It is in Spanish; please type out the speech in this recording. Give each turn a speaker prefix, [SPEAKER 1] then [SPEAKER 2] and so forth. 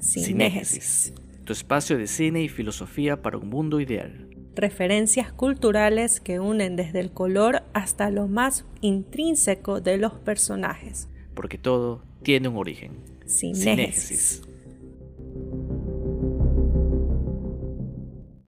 [SPEAKER 1] Sinégesis.
[SPEAKER 2] Tu espacio de cine y filosofía para un mundo ideal.
[SPEAKER 1] Referencias culturales que unen desde el color hasta lo más intrínseco de los personajes.
[SPEAKER 2] Porque todo tiene un origen.
[SPEAKER 1] Sinégesis.